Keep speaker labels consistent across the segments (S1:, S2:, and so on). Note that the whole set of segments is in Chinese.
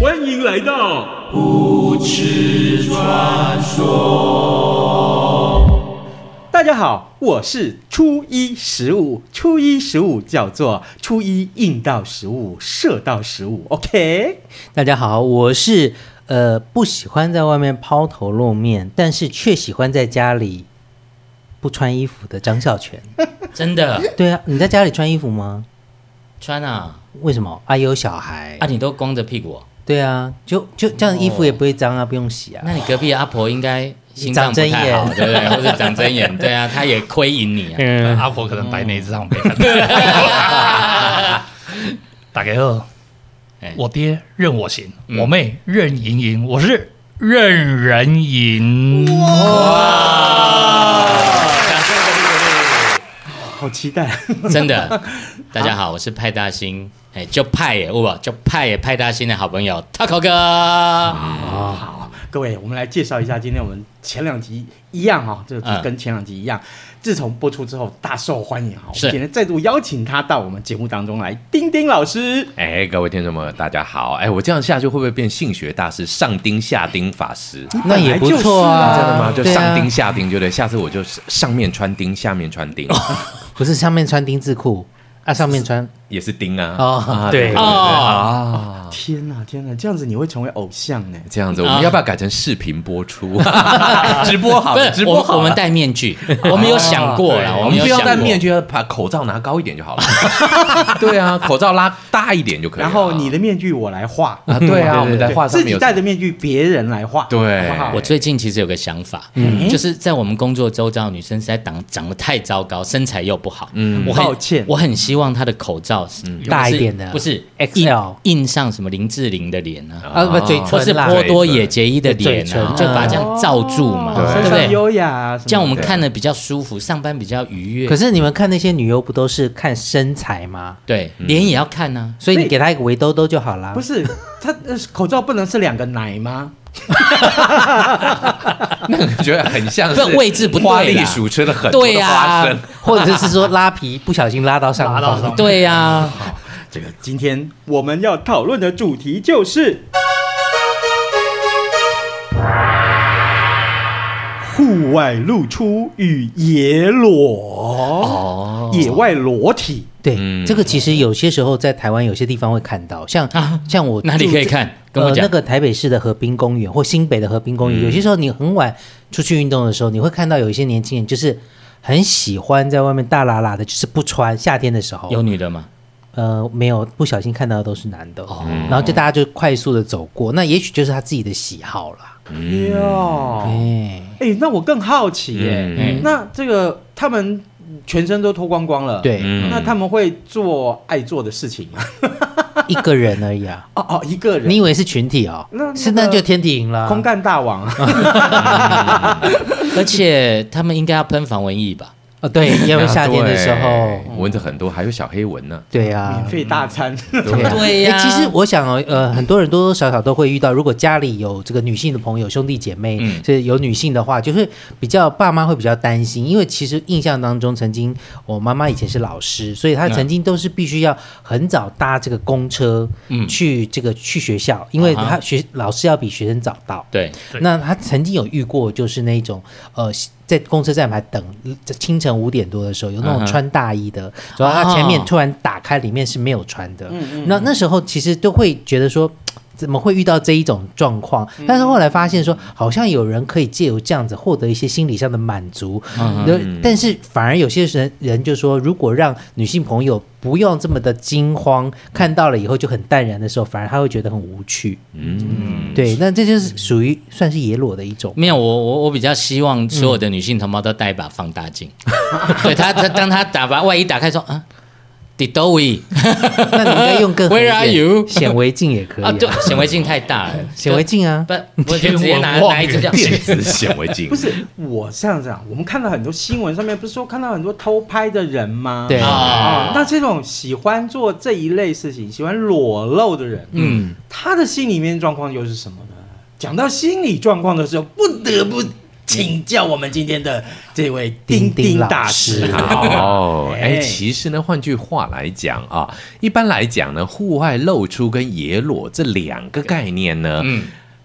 S1: 欢迎来到
S2: 大家好，我是初一十五，初一十五叫做初一硬到十五，射到十五，OK？
S3: 大家好，我是呃不喜欢在外面抛头露面，但是却喜欢在家里不穿衣服的张孝全。
S4: 真的
S3: 对啊，你在家里穿衣服吗？
S4: 穿啊
S3: 为什么？啊，有小孩
S4: 啊！。你都光着屁股哦、
S3: 对啊，就就这样，衣服也不会脏啊，不用洗啊。
S4: 那你隔壁的阿婆应该心脏
S3: 长
S4: 不
S3: 针
S4: 太好，
S3: 眼
S4: 对不对？或者长针眼，对啊，她也亏赢你啊。
S5: 呃阿婆可能白内障被
S4: 嗯
S5: 看到。大概二
S4: 哎，
S5: 我爹任我行，我妹任盈盈，我是任人赢。
S2: 好期待！
S4: 真的，大家好，我是派大星，哎，就派耶，我就派耶，派大星的好朋友 Taco 哥，
S2: 好，各位，我们来介绍一下今天我们前两集一样哈、这
S4: 嗯
S2: 跟前两集一样，自从播出之后大受欢迎哈。啊我们
S4: 是
S2: 今天再度邀请他到我们节目当中来，丁丁老师。
S6: 哎，各位听众朋友，大家好！哎，我这样下去会不会变性学大师上丁下丁法师？
S2: 嗯
S3: 那也不错啊，
S6: 真的吗？就
S3: 对啊
S6: 上丁下丁，对不对？下次我就是上面穿丁，下面穿丁，
S2: 哦
S3: 不是上面穿丁字裤啊，上面穿
S6: 也是丁啊。
S3: 哦
S6: 啊
S5: 对
S4: 哦，
S6: 啊，
S2: 天哪，天哪，这样子你会成为偶像呢？
S6: 这样子，我
S4: 啊
S6: 们要不要改成视频播出？
S2: 啊
S5: 直播好
S4: 不
S5: 了，
S4: 是，
S5: 直
S4: 我们
S5: 播
S4: 我
S5: 好
S4: 们
S5: 了。
S4: 戴面具，我们有想过啦，
S6: 啊嗯我
S4: 们
S6: 们
S4: 有
S6: 不要
S4: 想
S6: 戴
S4: 过
S6: 面，具，把口罩拿高一点就好了。 对啊，口罩拉大一点就可以了。
S2: 然后你的面具我来画
S6: 啊，对啊，
S2: 对
S6: 我们在 画
S2: 自
S6: 上面
S2: 己
S6: 有
S2: 戴的面具别人来画，
S6: 对
S2: 好不好
S4: 我最近其实有个想法，就是在我们工作周遭，女生实在长长得太糟糕，身材又不好，嗯， 我很
S2: 抱歉
S4: 我很希望她的口罩是不是
S3: 大一点的
S4: 不是
S3: XL
S4: 印印上什么林志玲的脸啊，
S3: 啊，不嘴
S4: 或是
S3: 唇啦，
S4: 波多野结衣的
S3: 嘴
S4: 脸
S3: 唇
S4: 啊，就把它这样罩住嘛，
S2: 哦
S4: 对
S2: 身
S4: 不
S2: 上
S4: 对？
S2: 优雅啊什么的，
S4: 这样我们看的比较舒服，上班比较愉悦。
S3: 可是你们看那些女优不都是看身材吗？
S4: 对脸也要看 啊呢，
S3: 所以
S2: 所以
S3: 你给她一个围兜兜就好啦。
S2: 不是他口罩不能是两个奶吗？
S6: 觉得很像
S4: 不
S6: 是
S4: 位置不对啦
S6: 花栗鼠吃了很多
S4: 对啊
S6: 的
S4: 呀
S6: 花
S2: 啊
S6: 生。
S3: 或者是说拉皮不小心拉到上
S5: 拉到上
S3: 方
S5: 方，
S4: 对啊呀，
S2: 这个今天我们要讨论的主题就是户外露出与野裸、
S4: 哦，
S2: 野外裸体。
S3: 对，
S6: 嗯
S3: 这个其实有些时候在台湾有些地方会看到，像、
S4: 啊
S3: 像我
S4: 哪里
S3: 住
S4: 可以
S3: 这
S4: 看跟 我
S3: 呃、
S4: 讲
S3: 那个台北市的河滨公园或新北的河滨公园，有些时候你很晚出去运动的时候，你会看到有一些年轻人就是很喜欢在外面大喇喇的，就是不穿。夏天的时候，
S4: 有女 的吗？
S3: 呃没有不小心看到的都是男的，然后就大家就快速的走过，那也许就是他自己的喜好啦。
S6: 嗯
S2: 哟、
S3: 哎、
S2: 哎、那我更好奇耶、
S4: 嗯
S2: 那这个他们全身都脱光光了，，
S3: 对，
S6: 嗯
S2: 那他们会做爱做的事情吗？
S3: 一个人而已 啊。
S2: 哦哦，一个人，
S3: 你以啊为是群体哦？
S2: 那那个
S3: 是那就天体营了。
S2: 空干大王，
S4: 而且他们应该要喷防蚊液吧？
S3: 哦，对， 因
S6: 啊
S3: 为夏天的时
S6: 对
S3: 候，
S6: 蚊子很多，还有小黑蚊呢。
S3: 对啊
S2: 免，费大餐，
S3: 对啊
S4: 对呀
S3: 诶其实我想哦，呃，很多人多多少少都会遇到，如果家里有这个女性的朋友、兄弟姐妹，
S4: 嗯
S3: 是有女性的话，就是比较爸妈会比较担心，因为其实印象当中，曾经我妈妈以前是老师，所以她曾经都是必须要很早搭这个公车，
S4: 嗯
S3: 去这个去学校，因为
S4: 啊哈
S3: 她学老师要比学生早到，
S4: 对，
S5: 对
S3: 那他曾经有遇过，就是那种呃，在公车站牌等在清晨五点多的时候，有那
S4: 嗯哼
S3: 种穿大衣的，然
S4: 哦嗯
S3: 嗯后他前面突然打开，里面是没有穿的。那那时候其实都会觉得说。怎么会遇到这一种状况？
S4: 嗯
S3: 但是后来发现说，好像有人可以借由这样子获得一些心理上的满足。嗯、但是反而有些人人就说，如果让女性朋友不用这么的惊慌，看到了以后就很淡然的时候，反而她会觉得很无趣。嗯，对，那这就是属于算是野裸的一 种。
S4: 没有，我我我比较希望所有的女性同胞都带一把放大 镜，对她，她当她打把外衣打开说啊。d i d o e
S3: 那你应该用更好一
S4: Where are
S3: 点
S4: you？
S3: 显微镜也可以、
S4: 啊，对，显微镜太大 了，
S3: 显微镜啊，
S4: 不，我就直接拿
S5: 天文望
S4: 拿一只这样
S6: 电子显微镜
S2: 不是我这样讲，我们看到很多新闻上面不是说看到很多偷拍的人吗？
S3: 对
S2: 啊、
S4: 啊，
S2: 那这种喜欢做这一类事情、喜欢裸露的人，
S4: 嗯，
S2: 他的心里面状况又是什么呢？讲到心理状况的时候，不得不请教我们今天的这位丁
S3: 丁
S2: 丁
S3: 老
S2: 大
S3: 师
S2: 师。
S6: 哦，哎、
S2: 哎
S6: 其实呢，换句话来讲啊，一般来讲呢，户外露出跟野裸这两个概念呢，
S4: 嗯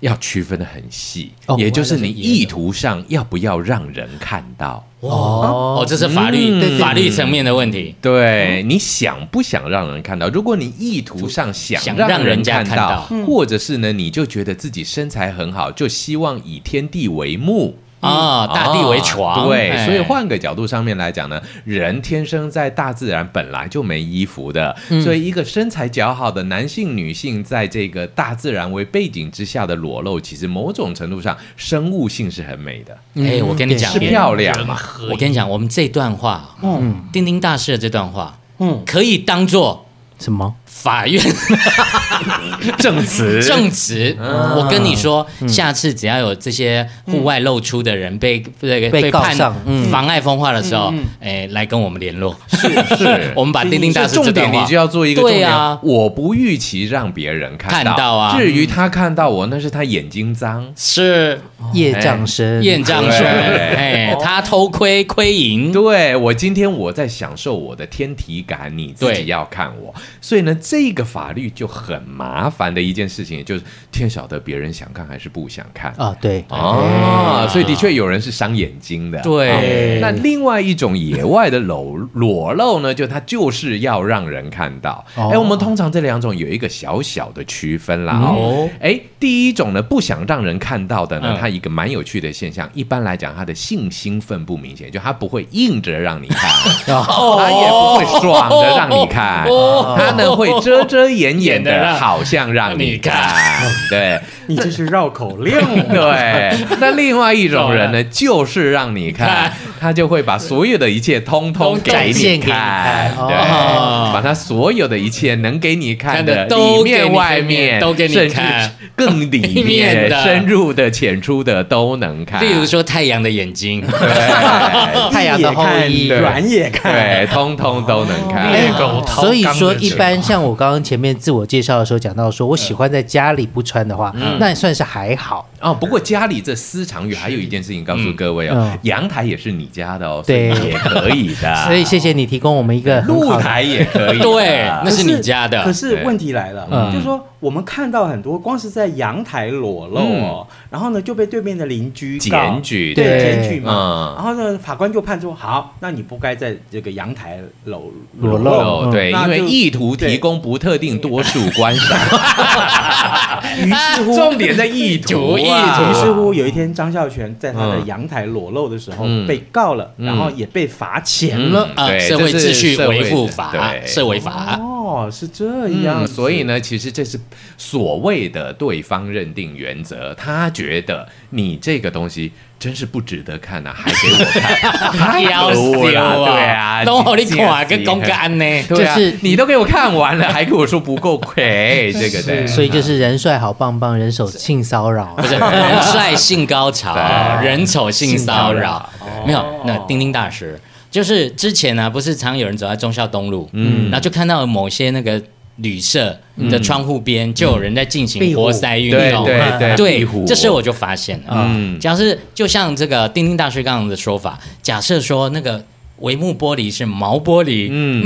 S6: 要区分的很细，
S3: 哦
S6: 也就是你
S4: 户外露跟野裸
S6: 意图上要不要让人看到。
S4: 哦，这是法律
S6: 嗯
S4: 法律层面的问题，
S6: 对，你想不想让人看到？如果你意图上想
S4: 想
S6: 让
S4: 让
S6: 人
S4: 人家
S6: 看
S4: 看
S6: 到
S4: 到，
S6: 或者是呢，你就觉得自己身材很好，就希望以天地为幕。
S4: 啊，大地为
S6: 啊
S4: 床，
S6: 对，
S4: 哎
S6: 所以换个角度上面来讲呢，人天生在大自然本来就没衣服的，
S4: 嗯
S6: 所以一个身材较好的男性、女性，在这个大自然为背景之下的裸露，其实某种程度上生物性是很美 的，
S4: 哎，我跟你讲
S6: 嗯是，漂亮嘛。
S4: 我跟你讲，我们这段话，
S2: 嗯
S4: 丁丁大师的这段话，
S2: 嗯，
S4: 可以当做
S3: 什么？
S4: 法院
S6: 证词
S4: 证词。我跟你说，
S3: 嗯
S4: 下次只要有这些户外露出的人被这个
S3: 嗯被告
S4: 判
S3: 上嗯
S4: 妨碍风化的时候，哎，来跟我们联络，
S6: 是
S4: 我们把丁丁大师
S6: 重
S4: 这
S6: 点
S4: 段
S6: 你
S4: 话
S6: 就。要做一个重
S4: 对
S6: 点
S4: 啊
S6: 我不预期让别人看到
S4: 看到啊
S6: 至于他看到我，那是他眼睛脏。
S4: 是
S3: 业障深，
S4: 验障水，
S6: 对
S4: 哎，他偷窥窥淫，
S6: 对我今天我在享受我的天体感，你自己
S4: 对
S6: 要看我。所以呢，这个法律就很麻烦的一件事情，也就是天晓得别人想看还是不想看。
S3: 啊，对，
S6: 哦，所以的确有人是伤眼睛的。啊
S4: 对
S6: 那另外一种野外的裸裸露呢，就它就是要让人看到。哎、
S3: 哦
S6: 我们通常这两种有一个小小的区分啦哦
S4: 哦。
S6: 哎、第一种呢，不想让人看到的呢，
S4: 嗯
S6: 它一个蛮有趣的现象。一般来讲，它的性兴奋不明显，就它不会硬着让你看，它也不会爽着让你看，它呢会遮遮掩掩
S4: 哦掩着
S6: 的，
S4: 让
S6: 好像让你看。对。
S2: 你这是绕口令 啊了。
S6: 对，那另外一种人呢，就是让你看，他就会把所有的一切通通给
S3: 展现给你
S6: 看
S3: 看，
S6: 对
S4: 哦，
S6: 把他所有的一切能给你看
S4: 看
S6: 的
S4: 的都
S6: 里面、
S4: 给你
S6: 外面
S4: 都给你
S6: 甚至
S4: 看
S6: 更里
S4: 里面
S6: 面、
S4: 的
S6: 深入的、浅出的都能看。
S4: 例如说太阳的眼 睛，
S6: 对，
S3: 太阳的后
S2: 硬
S3: 裔
S2: 也看软也看，
S6: 对，通通都能看。
S5: 猎狗掏
S3: 所以
S5: 肛
S3: 说，
S5: 的
S3: 一
S5: 时候
S3: 般像我刚刚前面自我介绍的时候讲到，说我喜欢在家里不穿的话，那算是还好。
S6: 哦，不过家里这私藏欲还有一件事情告诉各位哦
S3: 嗯，
S6: 阳台也是你家的哦，所以
S3: 对
S6: 也可以的。
S3: 所以谢谢你提供我们一个很
S6: 啊露
S3: 好的，
S6: 台也可以啊的，
S4: 对，那
S2: 可
S4: 是你家的
S2: 可，是问题来了
S3: 嗯，
S2: 就是说我们看到很多光是在阳台裸露哦，然后呢就被对面的邻居告
S6: 嗯检举
S2: 对
S3: 对
S2: 检举嘛
S6: 嗯，
S2: 然后呢法官就判说好，那你不该在这个阳台裸
S3: 裸露
S6: 漏，
S3: 嗯
S6: 对，因
S2: 那就
S6: 为意图提供不特定多数观赏，
S2: 于是
S4: 啊
S2: 乎，
S6: 重点在意图
S4: 意
S6: 啊，
S2: 于是乎，有一天张孝全在他的
S6: 嗯
S2: 阳台裸露的时候
S6: 嗯
S2: 被告了，
S6: 嗯
S2: 然后也被罚钱
S6: 嗯
S2: 了。
S4: 啊，
S6: 对
S4: 社会
S6: 这
S4: 秩
S6: 是
S4: 序
S6: 社会
S4: 维护
S6: 的
S4: 法，
S6: 对
S4: 社会法，
S2: 哦，是这样
S6: 嗯，
S2: 子，
S6: 所以呢，其实这是所谓的对方认定原则，他觉得你这个东西真是不值得看呐、还给我 看，太
S4: 要
S6: 可恶
S4: 死
S6: 了，对啊，
S4: 弄好你
S6: 这样
S4: 看
S6: 子
S4: 跟公安呢，
S6: 对啊，
S3: 就是
S6: 你都给我看完了，还跟我说不够亏，这个对，
S3: 所以就是人帅好棒棒，人手性骚扰
S4: 不。是人帅性高潮，
S6: 对
S4: 人丑性骚扰
S6: 性。哦
S4: 没有，那丁丁大师就是之前呢、啊，不是常有人走在忠孝东路，嗯，然后就看到某些那个旅社的窗户边，就有人在进行
S3: 庇护
S4: 活塞运
S6: 对
S4: 动，
S6: 对对
S4: 对
S6: 嗯壁虎
S4: 这时候我就发现了，
S6: 嗯
S4: 嗯，假设就像这个丁丁大师刚刚的说法，假设说那个帷幕玻璃是毛玻璃，
S6: 嗯，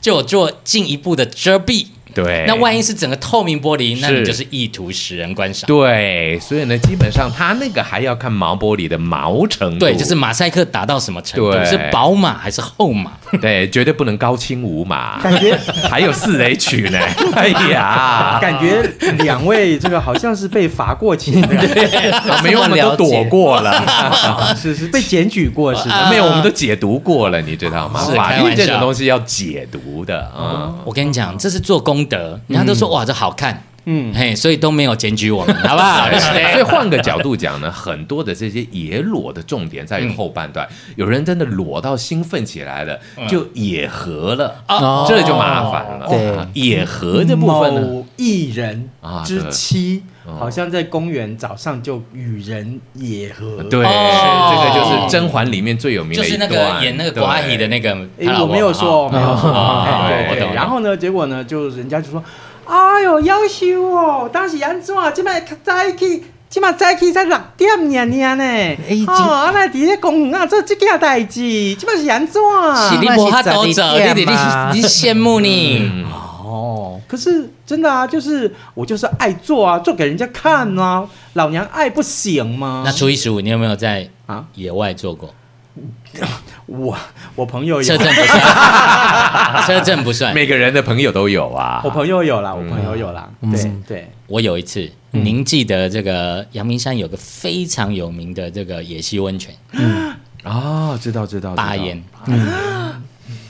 S4: 就有做进一步的遮蔽，
S6: 对，
S4: 那万一是整个透明玻璃，那
S6: 哎是
S4: 你就是意图使人观 赏。
S6: 对，所以呢，基本上它那个还要看毛玻璃的毛程度，
S4: 对，就是马赛克达到什么程度，
S6: 对
S4: 是薄码还是厚码？
S6: 对，绝对不能高清无码，
S2: 感觉
S6: 还有四 H 呢，哎呀，
S2: 感觉两位这个好像是被罚过钱的，
S6: 没有我们都躲过了，
S2: 是是被检举过是的。
S6: 没有我们都解读过了，你知道吗？
S4: 是
S6: 法
S4: 开
S6: 律
S4: 玩
S6: 这种
S4: 笑
S6: 东西要解读的啊。
S4: 我跟你讲，这是做功德，人家都说哇这好看，
S2: 嗯，
S4: 嘿，所以都没有检举 我们，好不好？
S6: 哎所以换个角度讲呢，很多的这些野裸的重点在于后半段，有人真的裸到兴奋起来了，就野合了，
S3: 哦
S6: 这就麻烦了。
S3: 对
S6: 啊野合这部分呢，
S2: 某艺人
S6: 啊
S2: 之
S6: 对
S2: 妻
S6: 哦
S2: 好像在公园早上就与人野合。
S6: 啊对，
S4: 哦
S6: 这个就是《甄嬛》里面最有名
S4: 就
S6: 的一
S4: 是那
S6: 段，嗯
S4: 个演那个寡姨的那个，
S2: 诶，
S4: 他老
S2: 我
S4: 婆
S2: 没有说，我没有说。
S4: 哦
S2: 哎
S4: 我
S2: 对
S4: 懂
S2: 对，
S4: 了
S2: 然后呢，结果呢，就人家就说：“哎哟，夭寿哦，当时安怎？即摆早起，即摆早起才六点尔尔呢
S3: 已经。
S2: 哦，啊来伫咧公园啊做即件代志，即摆是安怎？
S4: 是你无法多走，
S3: 啊那是十二
S4: 你得
S3: 点嘛
S4: 你你羡慕你，
S6: 嗯
S2: 哦，可是真的啊，就是我就是爱做啊，做给人家看啊，老娘爱不行吗？
S4: 那初一十五，你有没有在
S2: 啊
S4: 野外做过？
S2: 我我朋
S6: 哎
S2: 友有
S4: 车，震不算， 车震不算。
S6: 每个人的朋友都有啊。
S2: 我朋友有啦，我朋友有啦，对对，
S4: 我有一次，
S6: 嗯
S4: 您记得这个阳明山有个非常有名的这个野溪温泉，
S6: 啊，知道知道，知道
S4: 巴烟，嗯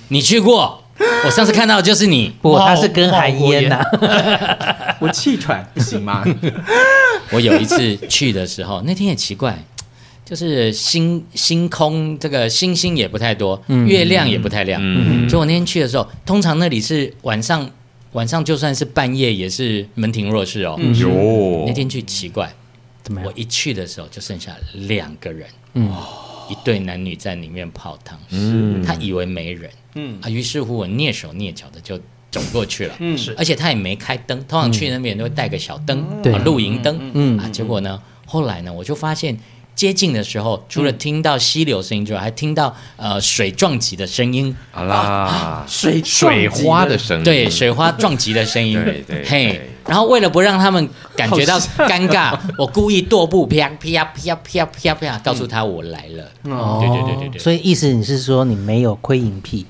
S4: 你去过？我上次看到的就是你，
S3: 不，
S5: 冒
S3: 它是跟含烟呐、
S2: 我气喘不行吗？
S4: 我有一次去的时候，那天也奇怪，就是星星空这个星星也不太多，
S3: 嗯
S4: 月亮也不太亮。
S6: 嗯
S4: 所以我那天去的时候，通常那里是晚上，晚上就算是半夜也是门庭若市哦。
S6: 有
S4: 那天去奇怪，
S3: 嗯怎么样
S4: 我一去的时候就剩下两个人，
S3: 嗯
S4: 一对男女在里面泡汤，他以为没人，
S2: 嗯
S4: 啊，于是乎我蹑手蹑脚的就走过去了，
S2: 嗯
S4: 而且他也没开灯，通常去那边都会带个小灯，
S3: 对
S4: 啊，露营灯，
S3: 嗯
S4: 啊，结果呢，后来呢，我就发现。接近的时候，除了听到溪流声音之外，还听到呃水撞击的声音，
S6: 好
S4: 啊
S6: 啦，
S2: 水
S6: 水
S2: 撞击
S6: 花的声音，
S4: 对，水花撞击的声音，
S6: 对对对
S4: 嘿。然后为了不让他们感觉到尴尬，我故意跺步，啪啪啪啪啪啪，告诉他我来了。
S2: 哦
S4: 对对对对对，
S3: 所以意思你是说你没有窥影癖？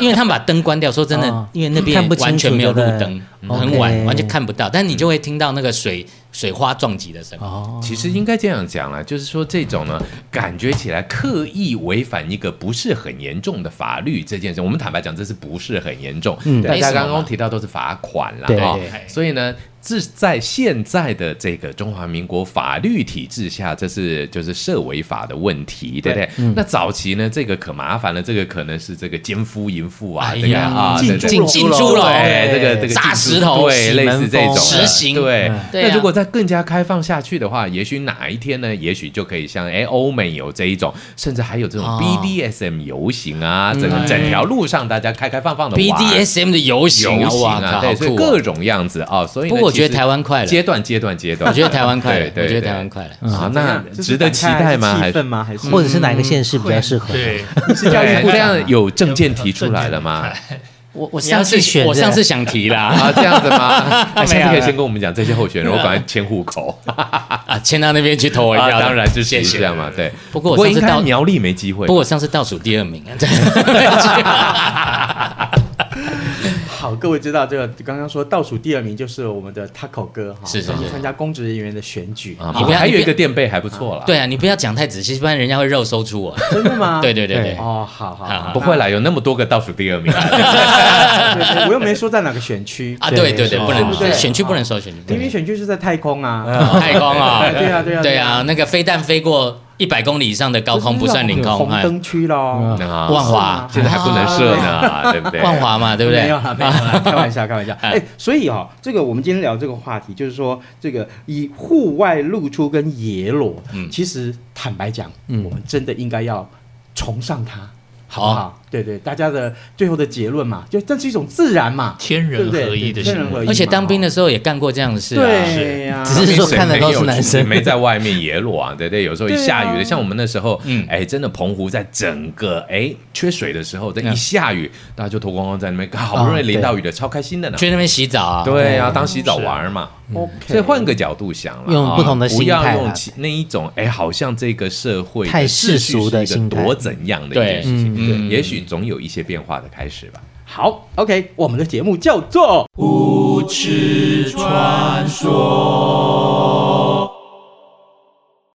S4: 因为他们把灯关掉，说真
S3: 哦
S4: 的，因为那
S3: 看
S4: 边
S3: 不清楚
S4: 完全没有路
S3: 对
S4: 灯，
S3: 不对
S4: 很
S3: OK
S4: 晚完全看不到，但你就会听到那个水水花撞击的声音。
S3: 哦，
S6: 其实应该这样讲啦，就是说这种呢，感觉起来刻意违反一个不是很严重的法律这件事，我们坦白讲，这是不是很严重？
S3: 嗯
S6: 大
S4: 没
S6: 家
S4: 什么
S6: 刚刚
S4: 嘛
S6: 提到都是罚款啦，
S3: 对
S6: 哦
S5: 对
S6: 所以呢，这在现在的这个中华民国法律体制下，这是就是涉违法的问题，对不对？那早期呢，这个可麻烦了，这个可能是这个奸夫淫妇啊，
S4: 哎
S6: 这个
S4: 呀
S6: 啊，
S2: 进
S6: 对对
S2: 猪笼
S4: 进哎猪笼，
S6: 对，哎这个这个
S4: 砸
S6: 进出
S4: 石头哎
S6: 对，
S4: 洗
S6: 类
S3: 门
S6: 似这
S3: 风
S6: 种的
S4: 实行
S6: 对
S3: 嗯。
S4: 对
S6: 那
S4: 啊
S6: 如果再更加开放下去的话，也许哪一天呢？也许就可以像哎欧美有这一种，甚至还有这种
S4: 哦嗯
S6: BDSM 游行啊，整个整条路上大家开开放放的
S4: BDSM 的游行
S6: 游
S4: 啊，
S6: 行
S4: 哇
S6: 啊，
S4: 靠，
S6: 对，
S4: 好
S6: 所以
S4: 酷
S6: 各
S4: 哦！
S6: 种样子啊，所以呢
S4: 不过我觉
S6: 其
S4: 得
S6: 实
S4: 台湾快了，
S6: 阶段阶段阶 段，
S4: 我觉得台湾快了
S6: 对，对
S4: 我觉得
S6: 对
S4: 台湾快了。
S2: 嗯
S6: 啊，那
S2: 就是
S6: 值得期
S2: 展开
S6: 待吗？
S2: 气
S6: 还
S2: 氛吗？还是
S3: 或者是哪个县市比较适合？
S5: 嗯对，
S6: 是教哎育部这样有证件提出
S5: 有
S6: 来了吗？
S4: 我我
S3: 你要
S4: 上次
S3: 去选
S4: 我
S3: 是
S4: 上次想提啦
S6: 啊，这样子 吗？哎下
S4: 没
S6: 次
S4: 有
S6: 可以
S4: 了
S6: 先跟我们讲这些候选人，我赶快迁户口。
S4: 啊，迁到那边去投我一
S6: 啊，
S4: 票，
S6: 当然支持一
S4: 谢谢
S6: 下嘛，对。
S4: 不过我
S6: 不过
S4: 上次
S6: 应该
S4: 到
S6: 苗栗没机会
S4: 不。过我上次倒数第二名，啊
S2: 好，各位知道这个刚刚说倒数第二名就是我们的 Taco 哥哈，
S4: 是是
S2: 他去
S4: 是
S2: 参加公职人员的选举，
S6: 啊，
S4: 你
S6: 不
S4: 不
S6: 过
S4: 要
S6: 还
S4: 你
S6: 有
S4: 不
S6: 一个
S4: 要
S6: 垫背还不错啦。
S4: 对，啊，你不要讲太仔细，不然人家会肉搜出我。
S2: 真的吗？
S4: 对对对对，
S2: 哦，好好
S4: 好
S2: 好
S4: 好，
S6: 不会啦，有那么多个倒数 第二名，
S2: 对对我又没说在哪个选区
S4: 啊，对对对，
S2: 哦
S4: 不
S2: 对
S4: 能
S2: 不对
S4: 选区不能搜选区不
S2: 明明
S4: 能，
S2: 选区是在太空啊，
S4: 太空啊，
S2: 对啊对啊
S4: 对啊，那个飞弹飞过一百公里以上的高空不算领空，
S2: 红
S4: 哎
S2: 灯区喽。
S6: 啊
S4: 万华啊
S6: 现在还不能射呢，对不对？
S4: 万华嘛，对不
S2: 没
S4: 对
S2: 有？啦，没有啦，开玩笑，开 玩笑。哎、所以哦，这个我们今天聊这个话题，就是说这个以户外露出跟野裸，
S4: 嗯
S2: 其实坦白讲，
S3: 嗯
S2: 我们真的应该要崇尚它，好
S4: 好
S2: 不
S4: 啊
S2: 好？对对，大家的最后的结论嘛，就这是一种自然嘛，
S5: 天
S2: 对不
S5: 人
S2: 对
S5: 合一的
S2: 天
S5: 行
S2: 人合
S5: 为。
S2: 一嘛哦
S4: 而且当兵的时候也干过这样的事啊。
S2: 对呀、
S3: 只是说看的都是男生
S6: 谁没有你没在外面野裸啊，对不对？有时候一下雨
S2: 对啊
S6: 的，像我们那时候
S4: 嗯，
S6: 哎，真的澎湖在整个哎缺水的时候，
S4: 嗯
S6: 这一下雨，大家就脱光光在那
S4: 哦
S6: 边，好不容易淋到雨的，超开心的呢。
S4: 去那边洗澡啊。
S6: 对啊，当洗澡玩儿嘛。
S2: OK，
S6: 所以换个角度想了，
S3: 用不同的
S6: 啊
S3: 心态
S6: 不
S3: 啦
S6: 要用其那一种哎，好像这个社会的
S3: 太世
S6: 秩序
S3: 俗的
S6: 是一
S3: 心
S6: 个
S3: 态
S6: 多怎样的一
S4: 对
S6: 件事
S4: 嗯
S6: 情，
S4: 嗯
S6: 对也许总有一些变化的开始吧。
S2: 好，OK，我们的节目叫做《